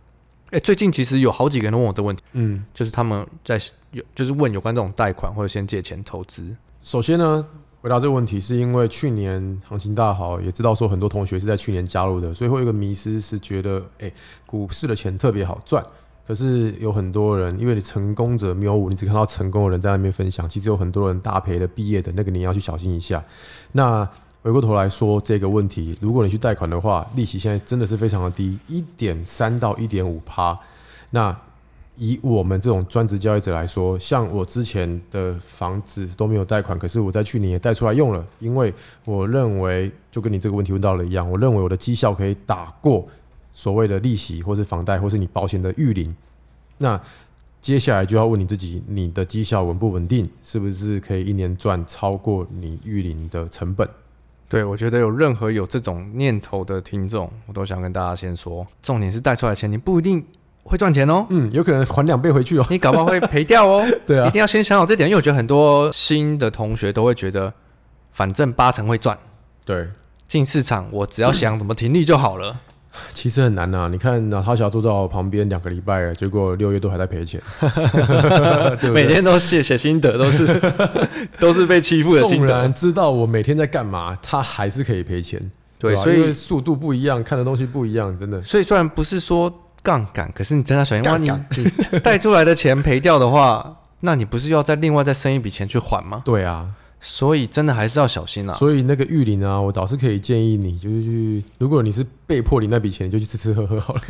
[SPEAKER 2] 哎、最近其实有好几个人问我这个问题，
[SPEAKER 3] 嗯，
[SPEAKER 2] 就是他们在有就是问有关这种贷款或者先借钱投资，
[SPEAKER 3] 首先呢，回答这个问题是因为去年行情大好，也知道说很多同学是在去年加入的，所以会有一个迷失是觉得，哎、股市的钱特别好赚。可是有很多人，因为你成功者谬误，你只看到成功的人在那边分享，其实有很多人大赔的、毕业的，那个你要去小心一下。那回过头来说这个问题，如果你去贷款的话，利息现在真的是非常的低，一点三到一点五趴。那以我们这种专职交易者来说，像我之前的房子都没有贷款，可是我在去年也贷出来用了，因为我认为就跟你这个问题问到了一样，我认为我的绩效可以打过所谓的利息，或是房贷，或是你保险的预领。那接下来就要问你自己，你的绩效稳不稳定，是不是可以一年赚超过你预领的成本？
[SPEAKER 2] 对，我觉得有任何有这种念头的听众，我都想跟大家先说，重点是贷出来的钱你不一定会赚钱哦，
[SPEAKER 3] 嗯，有可能还两倍回去哦。
[SPEAKER 2] 你搞不好会赔掉哦。
[SPEAKER 3] 对啊
[SPEAKER 2] 一定要先想好这点，因为我觉得很多新的同学都会觉得，反正八成会赚，
[SPEAKER 3] 对，
[SPEAKER 2] 进市场我只要想怎么停利就好了。
[SPEAKER 3] 其实很难呐、你看娜塔霞坐在我旁边两个礼拜了，结果六月都还在赔钱。 对不对
[SPEAKER 2] 每天都写写心得，都是 都是被欺负的心
[SPEAKER 3] 纵然
[SPEAKER 2] 得。
[SPEAKER 3] 知道我每天在干嘛，他还是可以赔钱。
[SPEAKER 2] 对
[SPEAKER 3] 吧
[SPEAKER 2] 所以
[SPEAKER 3] 因为速度不一样，看的东西不一样，真的。
[SPEAKER 2] 所以虽然不是说杠杆，可是你真的要小心，万一
[SPEAKER 3] 杠
[SPEAKER 2] 你你贷出来的钱赔掉的话，那你不是要再另外再生一笔钱去还吗？
[SPEAKER 3] 对啊，
[SPEAKER 2] 所以真的还是要小心啦、啊
[SPEAKER 3] 所以那个玉林啊，我倒是可以建议你，就是去，如果你是被迫领那笔钱，你就去吃吃喝喝好了。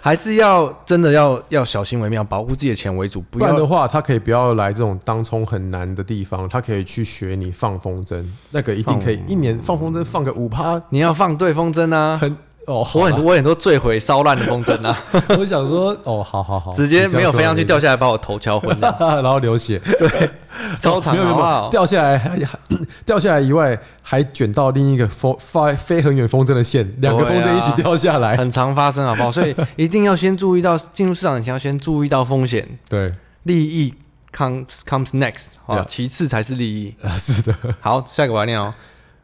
[SPEAKER 2] 还是要真的要要小心为妙，保护自己的钱为主，
[SPEAKER 3] 不
[SPEAKER 2] 不
[SPEAKER 3] 然的
[SPEAKER 2] 要
[SPEAKER 3] 话，他可以不要来这种当冲很难的地方，他可以去学你放风筝，那个一定可以一年放风筝放个五趴，
[SPEAKER 2] 你要放对风筝啊，
[SPEAKER 3] 很哦，好
[SPEAKER 2] 我
[SPEAKER 3] 啦
[SPEAKER 2] 很多我很多坠毁烧烂的风筝啊，
[SPEAKER 3] 我想说 哦，好好好，
[SPEAKER 2] 直接没有飞上去掉下
[SPEAKER 3] 下，
[SPEAKER 2] 来把我头敲昏 了，
[SPEAKER 3] 然后流血。
[SPEAKER 2] 对，超长
[SPEAKER 3] 哦没
[SPEAKER 2] 好
[SPEAKER 3] 有没有
[SPEAKER 2] 不
[SPEAKER 3] 没有
[SPEAKER 2] 好？
[SPEAKER 3] 掉下来 还还掉下来以外，还卷到另一个风发飞很远风筝的线，两个风
[SPEAKER 2] 对啊
[SPEAKER 3] 筝一起掉下来。
[SPEAKER 2] 很常发生好不好？所以一定要先注意到进入市场，前要先注意到风险，
[SPEAKER 3] 对，
[SPEAKER 2] 利益 comes comes next 啊，
[SPEAKER 3] Yeah
[SPEAKER 2] 其次才是利益。
[SPEAKER 3] 啊 是的，
[SPEAKER 2] 好，下一个我来念哦，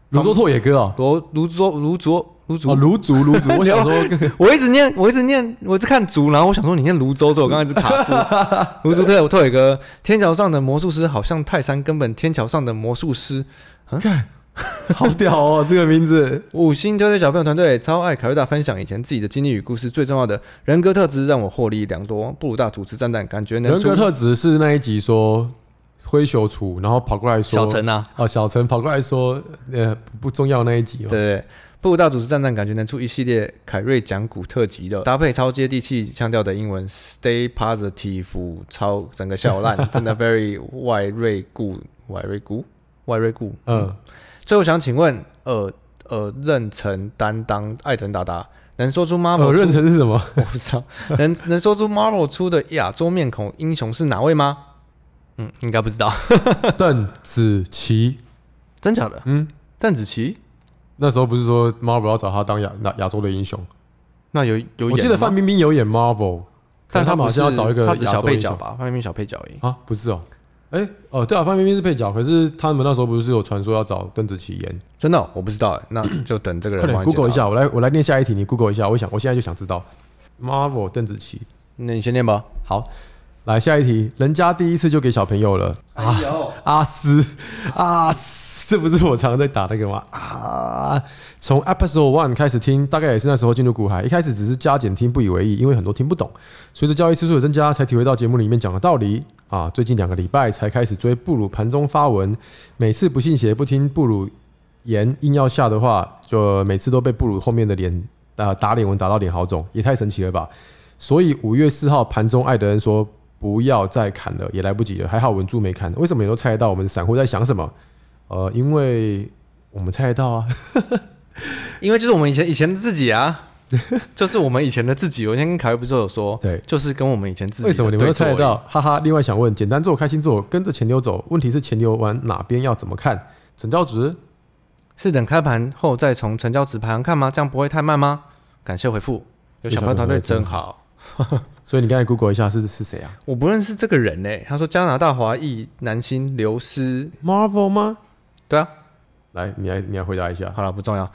[SPEAKER 3] 泸州拓野哥哦，
[SPEAKER 2] 罗卢卓卢卓卢
[SPEAKER 3] 哦
[SPEAKER 2] 卓
[SPEAKER 3] 泸竹泸竹，我 想说跟
[SPEAKER 2] 我一直念，我一直念，我是看竹，然后我想说你念泸州，所以我刚刚一直卡 住。泸州特有特有一个天桥上的魔术师，好像泰山根本天桥上的魔术师。嗯，
[SPEAKER 3] 好屌哦，这个名字。
[SPEAKER 2] 五星推推小朋友团队超爱凯瑞大分享以前自己的经历与故事，最重要的人格特质让我获利良多。布鲁大主持赞赞，感觉能
[SPEAKER 3] 人格
[SPEAKER 2] 出
[SPEAKER 3] 特质是那一集说灰朽楚，然后跑过来说
[SPEAKER 2] 小陈啊，
[SPEAKER 3] 哦小陈跑过来说呃不重要那一集
[SPEAKER 2] 对
[SPEAKER 3] 哦，
[SPEAKER 2] 对，对布鲁大主持赞赞，感觉能出一系列凯瑞讲古特辑的，搭配超接地气腔调的英文，Stay positive，超整个笑 烂，真的 very 外瑞固，外瑞固，外瑞固。
[SPEAKER 3] 嗯，
[SPEAKER 2] 最后想请问，呃呃，任成担当艾伦达达，能说出 Marvel 出
[SPEAKER 3] 呃认成是什么？
[SPEAKER 2] 我不知道，能能说出 Marvel 出的亚洲面孔英雄是哪位吗？嗯，应该不知道，
[SPEAKER 3] 邓紫棋，
[SPEAKER 2] 真假的？
[SPEAKER 3] 嗯，
[SPEAKER 2] 邓紫棋？
[SPEAKER 3] 那时候不是说 Marvel 要找他当亚亚亚洲的英雄，
[SPEAKER 2] 那有有演
[SPEAKER 3] 我记得
[SPEAKER 2] 吗
[SPEAKER 3] 范，冰冰有演 Marvel，可
[SPEAKER 2] 但
[SPEAKER 3] 能他们
[SPEAKER 2] 不
[SPEAKER 3] 好
[SPEAKER 2] 是
[SPEAKER 3] 像要找一个
[SPEAKER 2] 他只是
[SPEAKER 3] 亚
[SPEAKER 2] 小
[SPEAKER 3] 洲
[SPEAKER 2] 配
[SPEAKER 3] 英
[SPEAKER 2] 角
[SPEAKER 3] 雄
[SPEAKER 2] 吧？范冰冰小配角而已。
[SPEAKER 3] 啊，不是哦，哎、哦对啊，范冰冰是配角，可是他们那时候不是有传说要找邓紫棋演？
[SPEAKER 2] 真的哦、我不知道
[SPEAKER 3] 欸
[SPEAKER 2] 哎， 那就等这个人
[SPEAKER 3] 快
[SPEAKER 2] 帮
[SPEAKER 3] 点
[SPEAKER 2] 你解
[SPEAKER 3] Google
[SPEAKER 2] 答
[SPEAKER 3] 一下，。我来我来念下一题，你 Google 一下，我想我现在就想知道 Marvel 邓紫棋。
[SPEAKER 2] 那你先念吧。
[SPEAKER 3] 好，来下一题，人家第一次就给小朋友了，
[SPEAKER 2] 啊，有
[SPEAKER 3] 阿斯阿斯，这不啊是我常常在打那个吗？啊，从 Episode One 开始听，大概也是那时候进入股海，一开始只是加减听，不以为意，因为很多听不懂。随着交易次数的增加，才体会到节目里面讲的道理啊。最近两个礼拜才开始追布鲁盘中发文，每次不信邪不听布鲁盐硬要下的话，就每次都被布鲁后面的脸呃打脸纹打到脸好肿，也太神奇了吧！所以五月四号盘中艾德恩说不要再砍了，也来不及了，还好稳住没砍。为什么你都猜得到我们散户在想什么？呃，因为我们猜得到啊。
[SPEAKER 2] 因为就是我们以前以前的自己 啊，就是我们以前的自己。我先跟凯瑞不是有说，
[SPEAKER 3] 对
[SPEAKER 2] 就是跟我们以前自己
[SPEAKER 3] 为什么你们
[SPEAKER 2] 会
[SPEAKER 3] 会猜得到？？哈哈。另外想问，简单做开心做，跟着钱流走。问题是钱流往哪边要怎么看？成交值？
[SPEAKER 2] 是等开盘后再从成交值排行看吗？这样不会太慢吗？感谢回复，有小朋友团队真好。
[SPEAKER 3] 所以你刚才 Google 一下是是谁啊
[SPEAKER 2] 我不认识这个人呢、他说加拿大华裔男星刘诗，
[SPEAKER 3] ？Marvel 吗？
[SPEAKER 2] 对啊，
[SPEAKER 3] 来，你来你来回答一下。
[SPEAKER 2] 好了，不重要。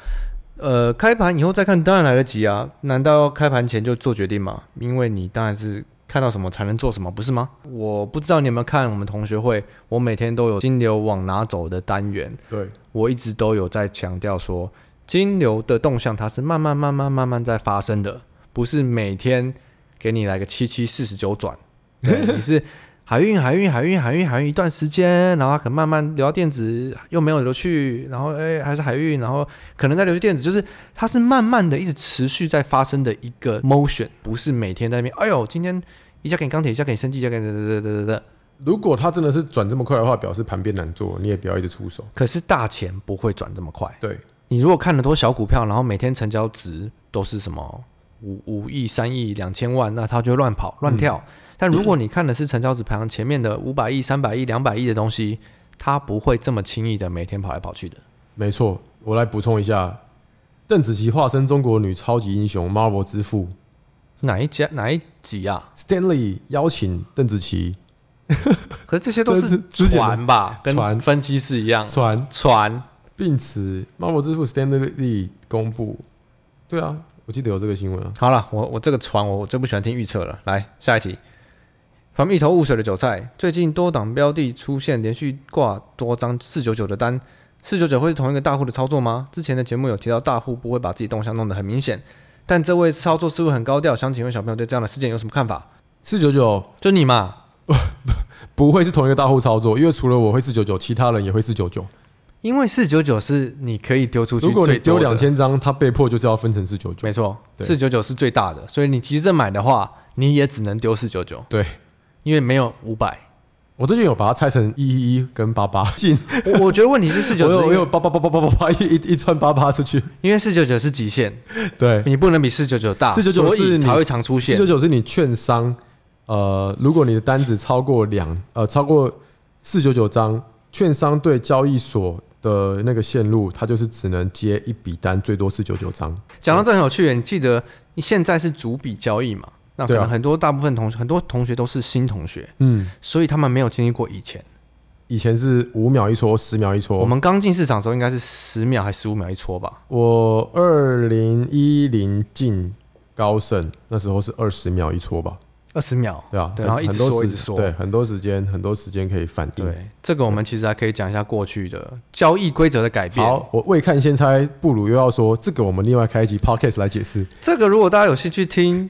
[SPEAKER 2] 呃，开盘以后再看当然来得及啊，难道要开盘前就做决定吗？因为你当然是看到什么才能做什么，不是吗？我不知道你有没有看我们同学会，我每天都有金流往哪走的单元，
[SPEAKER 3] 对，
[SPEAKER 2] 我一直都有在强调说，金流的动向它是慢慢慢慢慢慢在发生的，不是每天给你来个七七四十九转，对，你是海运海运海运海运海运一段时间，然后它可能慢慢流到电子，又没有流去，然后哎还是海运，然后可能再流去电子，就是它是慢慢的一直持续在发生的一个 motion，不是每天在那边，哎呦今天一下给你钢铁，一下给你升级，一下给你得得得得得。
[SPEAKER 3] 如果他真的是转这么快的话，表示盘变难做，你也不要一直出手。
[SPEAKER 2] 可是大钱不会转这么快，
[SPEAKER 3] 对，
[SPEAKER 2] 你如果看的都是小股票，然后每天成交值都是什么五五亿、三亿、两千万，那它就会乱跑乱跳。
[SPEAKER 3] 嗯
[SPEAKER 2] 但如果你看的是成交值排行前面的五百亿、三百亿、两百亿的东西，它不会这么轻易的每天跑来跑去的。
[SPEAKER 3] 没错。我来补充一下，邓紫棋化身中国女超级英雄 Marvel 之父
[SPEAKER 2] 哪一家哪一集啊？
[SPEAKER 3] Stanley 邀请邓紫棋
[SPEAKER 2] 可是这些都
[SPEAKER 3] 这
[SPEAKER 2] 是
[SPEAKER 3] 是之前的
[SPEAKER 2] 船吧，跟
[SPEAKER 3] 船
[SPEAKER 2] 分析师一样，
[SPEAKER 3] 传
[SPEAKER 2] 船
[SPEAKER 3] 并此 Marvel 之父 Stanley 公布。对啊，我记得有这个新闻啊。
[SPEAKER 2] 好了，我我这个船我我最不喜欢听预测了。来下一题，旁一头雾水的韭菜，最近多档标的出现连续挂多张四九九的单，四九九会是同一个大户的操作吗？之前的节目有提到大户不会把自己动向弄得很明显，但这位操作思路很高调，想请问小朋友对这样的事件有什么看法？
[SPEAKER 3] 四九九
[SPEAKER 2] 就你嘛，
[SPEAKER 3] 不会是同一个大户操作，因为除了我会四九九，其他人也会四九九。
[SPEAKER 2] 因为四九九是你可以丢出去
[SPEAKER 3] 如果你
[SPEAKER 2] 最多
[SPEAKER 3] 丢
[SPEAKER 2] 的
[SPEAKER 3] 两，千张，他被迫就是要分成四九九
[SPEAKER 2] 没。错，
[SPEAKER 3] 对
[SPEAKER 2] 四九九是最大的，所以你急着买的话，你也只能丢四九九，
[SPEAKER 3] 对，
[SPEAKER 2] 因为没有五 百。
[SPEAKER 3] 我最近有把它拆成一一一跟八八进，
[SPEAKER 2] 我我觉得问题是
[SPEAKER 3] 我
[SPEAKER 2] 四九
[SPEAKER 3] 有我有
[SPEAKER 2] 九，
[SPEAKER 3] 八八八八八八八一一一串八八出去。
[SPEAKER 2] 因为四九九是极限，
[SPEAKER 3] 对，
[SPEAKER 2] 你不能比四九九大，
[SPEAKER 3] 四九九
[SPEAKER 2] 啊所
[SPEAKER 3] 是
[SPEAKER 2] 以
[SPEAKER 3] 你
[SPEAKER 2] 才会常出现
[SPEAKER 3] 四九。九是你券商，呃，如果你的单子超过两呃超过四九九张，券商对交易所的那个线路，它就是只能接一笔单，最多四九九张。
[SPEAKER 2] 讲到这很有趣，你记得你现在是逐笔交易嘛？那可
[SPEAKER 3] 对啊
[SPEAKER 2] 能很多大部分同学，很多同学都是新同学，
[SPEAKER 3] 嗯，
[SPEAKER 2] 所以他们没有经历过以前。
[SPEAKER 3] 以前是五秒一撮，十秒一撮。
[SPEAKER 2] 我们刚进市场的时候应该是十秒还是十五秒一戳吧？
[SPEAKER 3] 我二零一零进高盛，那时候是二十秒一撮吧，
[SPEAKER 2] 二十秒，
[SPEAKER 3] 对啊，
[SPEAKER 2] 对，
[SPEAKER 3] 很
[SPEAKER 2] 然后一直
[SPEAKER 3] 很多
[SPEAKER 2] 说
[SPEAKER 3] 时
[SPEAKER 2] 一直说，
[SPEAKER 3] 对，嗯很多时间很多时间可以反应。
[SPEAKER 2] 对，这个我们其实还可以讲一下过去的交易规则的改变。
[SPEAKER 3] 好，我未看先猜，不如又要说这个，我们另外开一集 podcast 来解释。
[SPEAKER 2] 这个如果大家有兴趣 听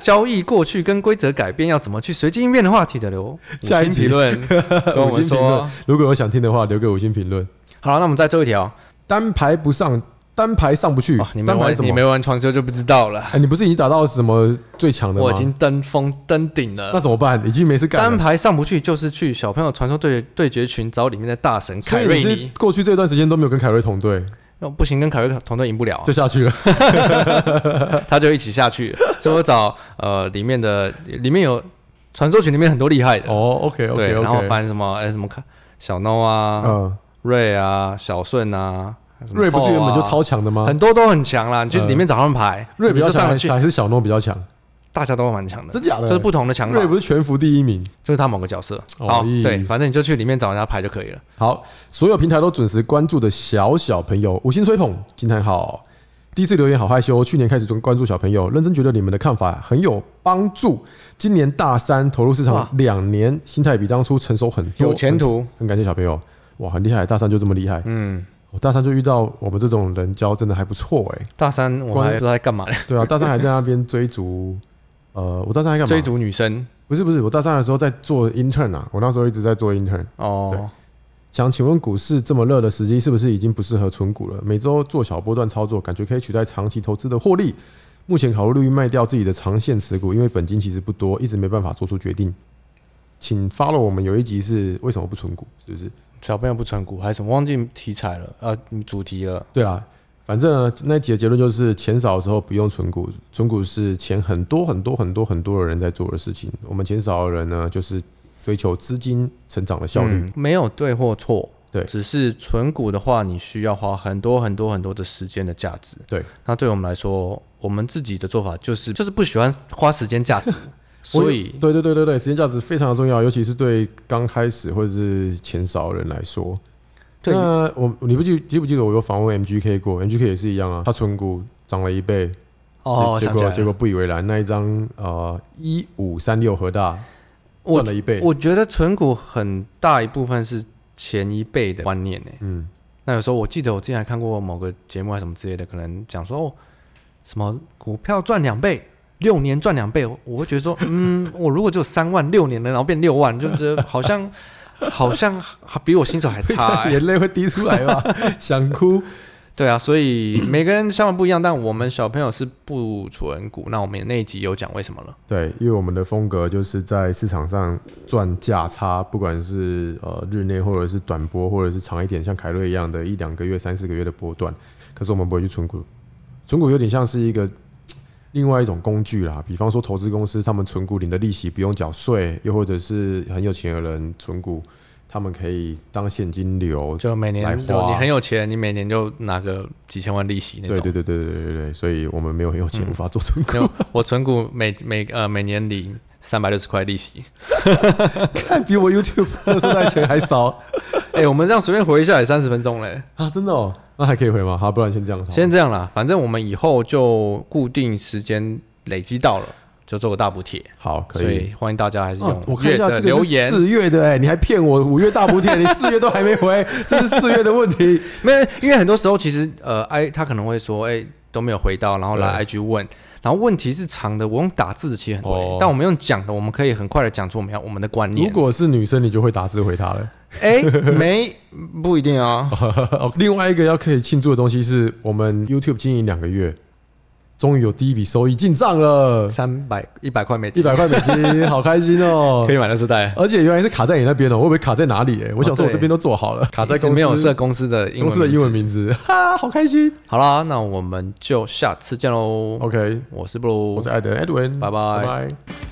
[SPEAKER 2] 交易过去跟规则改变要怎么去随机应变的话，记得留五
[SPEAKER 3] 下一
[SPEAKER 2] 星
[SPEAKER 3] 集
[SPEAKER 2] 评 论跟我
[SPEAKER 3] 五
[SPEAKER 2] 们
[SPEAKER 3] 星评论
[SPEAKER 2] 说。，哦
[SPEAKER 3] 如果有想听的话，留给五星评论。
[SPEAKER 2] 好，那我们再最后一条。
[SPEAKER 3] 单排不上，单排上不去，
[SPEAKER 2] 哇，哦你没
[SPEAKER 3] 单排
[SPEAKER 2] 玩
[SPEAKER 3] 什
[SPEAKER 2] 你
[SPEAKER 3] 么？
[SPEAKER 2] 没玩传说就不知道了
[SPEAKER 3] 哎、。你不是已经打到什么最强的吗？
[SPEAKER 2] 我已经登峰登顶
[SPEAKER 3] 那
[SPEAKER 2] 了。
[SPEAKER 3] 怎么办？已经没事干
[SPEAKER 2] 单
[SPEAKER 3] 了。
[SPEAKER 2] 排上不去，就是去小朋友传说对对决群找里面的大神
[SPEAKER 3] 所
[SPEAKER 2] 凯
[SPEAKER 3] 以
[SPEAKER 2] 瑞
[SPEAKER 3] 你是
[SPEAKER 2] 尼。
[SPEAKER 3] 过去这段时间都没有跟凯瑞同队，
[SPEAKER 2] 那不行，跟凯瑞团队赢不了啊、
[SPEAKER 3] 就下去了。
[SPEAKER 2] 他就一起下 去。所以我找呃里面的，里面有传说群里面很多厉害的。
[SPEAKER 3] 哦，OK
[SPEAKER 2] 对
[SPEAKER 3] OK
[SPEAKER 2] 然后
[SPEAKER 3] OK。
[SPEAKER 2] 翻什么哎、什么看小 no 啊、
[SPEAKER 3] 嗯，
[SPEAKER 2] 瑞啊、小顺啊，什么
[SPEAKER 3] 瑞不是
[SPEAKER 2] 后啊
[SPEAKER 3] 原本就超强的吗？
[SPEAKER 2] 很多都很强啦，你去
[SPEAKER 3] 嗯
[SPEAKER 2] 里面找他们排，
[SPEAKER 3] 瑞比较
[SPEAKER 2] 你就
[SPEAKER 3] 强
[SPEAKER 2] 上
[SPEAKER 3] 还
[SPEAKER 2] 得
[SPEAKER 3] 是
[SPEAKER 2] 去，
[SPEAKER 3] 还是小诺比较强？
[SPEAKER 2] 大家都蛮强的，
[SPEAKER 3] 真假的
[SPEAKER 2] 就是不同的强法
[SPEAKER 3] 瑞，不是全服第一名。
[SPEAKER 2] 就是他某个角色。
[SPEAKER 3] 哦
[SPEAKER 2] 好，
[SPEAKER 3] 咦
[SPEAKER 2] 对，反正你就去里面找人家排就可以了。
[SPEAKER 3] 好，所有平台都准时关注的小小朋友，五星吹捧，惊叹号！第一次留言好害羞，哦去年开始就关注小朋友，认真觉得你们的看法很有帮助。今年大三投入市
[SPEAKER 2] 哇
[SPEAKER 3] 场两年，心态比当初成熟很多，
[SPEAKER 2] 有前途
[SPEAKER 3] 很，很感谢小朋友，哇，很厉害，大三就这么厉害。
[SPEAKER 2] 嗯，
[SPEAKER 3] 我大三就遇到我们这种人教，真的还不错哎、
[SPEAKER 2] 大三我还不知道在干嘛呢，
[SPEAKER 3] 对啊，大三还在那边追逐，呃，我大三还干嘛？
[SPEAKER 2] 追？逐女生
[SPEAKER 3] 不是不是，我大三的时候在做 intern 啊，我那时候一直在做 intern，
[SPEAKER 2] 哦，
[SPEAKER 3] 想请问股市这么热的时机，是不是已经不适合存股了？每周做小波段操作，感觉可以取代长期投资的获利。目前考虑卖掉自己的长线持股，因为本金其实不多，一直没办法做出决定。请 follow 我们有一集是为什么不存股，是不是？
[SPEAKER 2] 小朋友不存股还是什么忘记题材了，呃，主题了。
[SPEAKER 3] 对啦，反正呢，那一集的结论就是钱少的时候不用存股，存股是钱很多很多很多很多的人在做的事情。我们钱少的人呢，就是追求资金成长的效率。
[SPEAKER 2] 嗯没有对或错，
[SPEAKER 3] 对
[SPEAKER 2] 只是存股的话，你需要花很多很多很多的时间的价值。
[SPEAKER 3] 对，
[SPEAKER 2] 那对我们来说，我们自己的做法就是就是不喜欢花时间 价值，所以
[SPEAKER 3] 对对对对对，时间价值非常的重要，尤其是对刚开始或者是钱少的人来说。
[SPEAKER 2] 对啊
[SPEAKER 3] 那我你不记记不记得我有访问 MGK 过？MGK 也是一样啊，他存股涨了一倍，
[SPEAKER 2] 哦，想起
[SPEAKER 3] 结结
[SPEAKER 2] 来
[SPEAKER 3] 果
[SPEAKER 2] 了
[SPEAKER 3] 结果不以为然，那一张呃一五三六和大
[SPEAKER 2] 我
[SPEAKER 3] 赚了一倍，
[SPEAKER 2] 我觉得存股很大一部分是前一辈的观念呢。
[SPEAKER 3] 嗯，
[SPEAKER 2] 那有时候我记得我之前还看过某个节目还是什么之类的，可能讲说哦，什么股票赚两倍，六年赚两倍，我会觉得说，嗯，我如果只有三万，六年了，然后变六万，就觉得好像好像还比我薪水还 差、欸。
[SPEAKER 3] 眼泪会滴出 来吧，想哭。
[SPEAKER 2] 对啊，所以每个人想法不一样，但我们小朋友是不存股，那我们也那一集有讲为什么了。
[SPEAKER 3] 对，因为我们的风格就是在市场上赚价差，不管是呃日内或者是短波，或者是长一点，像凯瑞一样的一两个月、三四个月的波段。可是我们不会去存股，存股有点像是一个嘖另外一种工具啦。比方说投资公司，他们存股领的利息不用缴税，又或者是很有钱的人存股，他们可以当现金流
[SPEAKER 2] 就每
[SPEAKER 3] 来
[SPEAKER 2] 年就
[SPEAKER 3] 花
[SPEAKER 2] 你很有钱，你每年就拿个几千万利息那种。
[SPEAKER 3] 对对对对对对对对，所以我们没有很有钱，无法做存股。
[SPEAKER 2] 没 有我存股每每呃每年领三百六十块利息。
[SPEAKER 3] 看比我 YouTube 收到 钱还少。
[SPEAKER 2] 哎、我们这样随便回一下也三十分钟嘞。
[SPEAKER 3] 啊，真的哦，那还可以回吗？好，不然先这样。好
[SPEAKER 2] 先这样啦，反 正我们以后就固定时间累积到了，就做个大补贴。
[SPEAKER 3] 好，可
[SPEAKER 2] 所
[SPEAKER 3] 以
[SPEAKER 2] 以。欢迎大家还是
[SPEAKER 3] 哦
[SPEAKER 2] 用，
[SPEAKER 3] 我
[SPEAKER 2] 五
[SPEAKER 3] 看一
[SPEAKER 2] 月
[SPEAKER 3] 下
[SPEAKER 2] 的
[SPEAKER 3] 这个
[SPEAKER 2] 留言。
[SPEAKER 3] 四月的哎、你还骗我五月大补贴，你四月都还 没回，这是四月的问题。
[SPEAKER 2] 没有，因为很多时候其实呃，I 他可能会说，哎、都没有回到，然后来 IG 问，然后问题是长的，我用打字的其实很多、
[SPEAKER 3] 哦
[SPEAKER 2] 但我们用讲的，我们可以很快的讲出我们要我们的观
[SPEAKER 3] 如
[SPEAKER 2] 念。
[SPEAKER 3] 果是女生，你就会打字回 她了。
[SPEAKER 2] 哎、没不一定啊，
[SPEAKER 3] 哦另外一个要可以庆祝的东西是我们 YouTube 经营两个月，终于有第一笔收益进 账了，
[SPEAKER 2] 三百一百块美金，
[SPEAKER 3] 一百块美金，好开心哦
[SPEAKER 2] 可！以买乐事袋。
[SPEAKER 3] 而且原来是卡在你那边哦，我以为卡在哪里哎、我想说
[SPEAKER 2] 哦
[SPEAKER 3] 我这边都做好了，卡在
[SPEAKER 2] 一直
[SPEAKER 3] 公司
[SPEAKER 2] 没有设公司的英文
[SPEAKER 3] 公司的
[SPEAKER 2] 名
[SPEAKER 3] 英文
[SPEAKER 2] 字
[SPEAKER 3] 名字，哈，好开心。
[SPEAKER 2] 好啦，那我们就下次见喽。
[SPEAKER 3] OK，
[SPEAKER 2] 我是布鲁，
[SPEAKER 3] 我是艾德 Edwin，
[SPEAKER 2] 嗯拜拜
[SPEAKER 3] 拜拜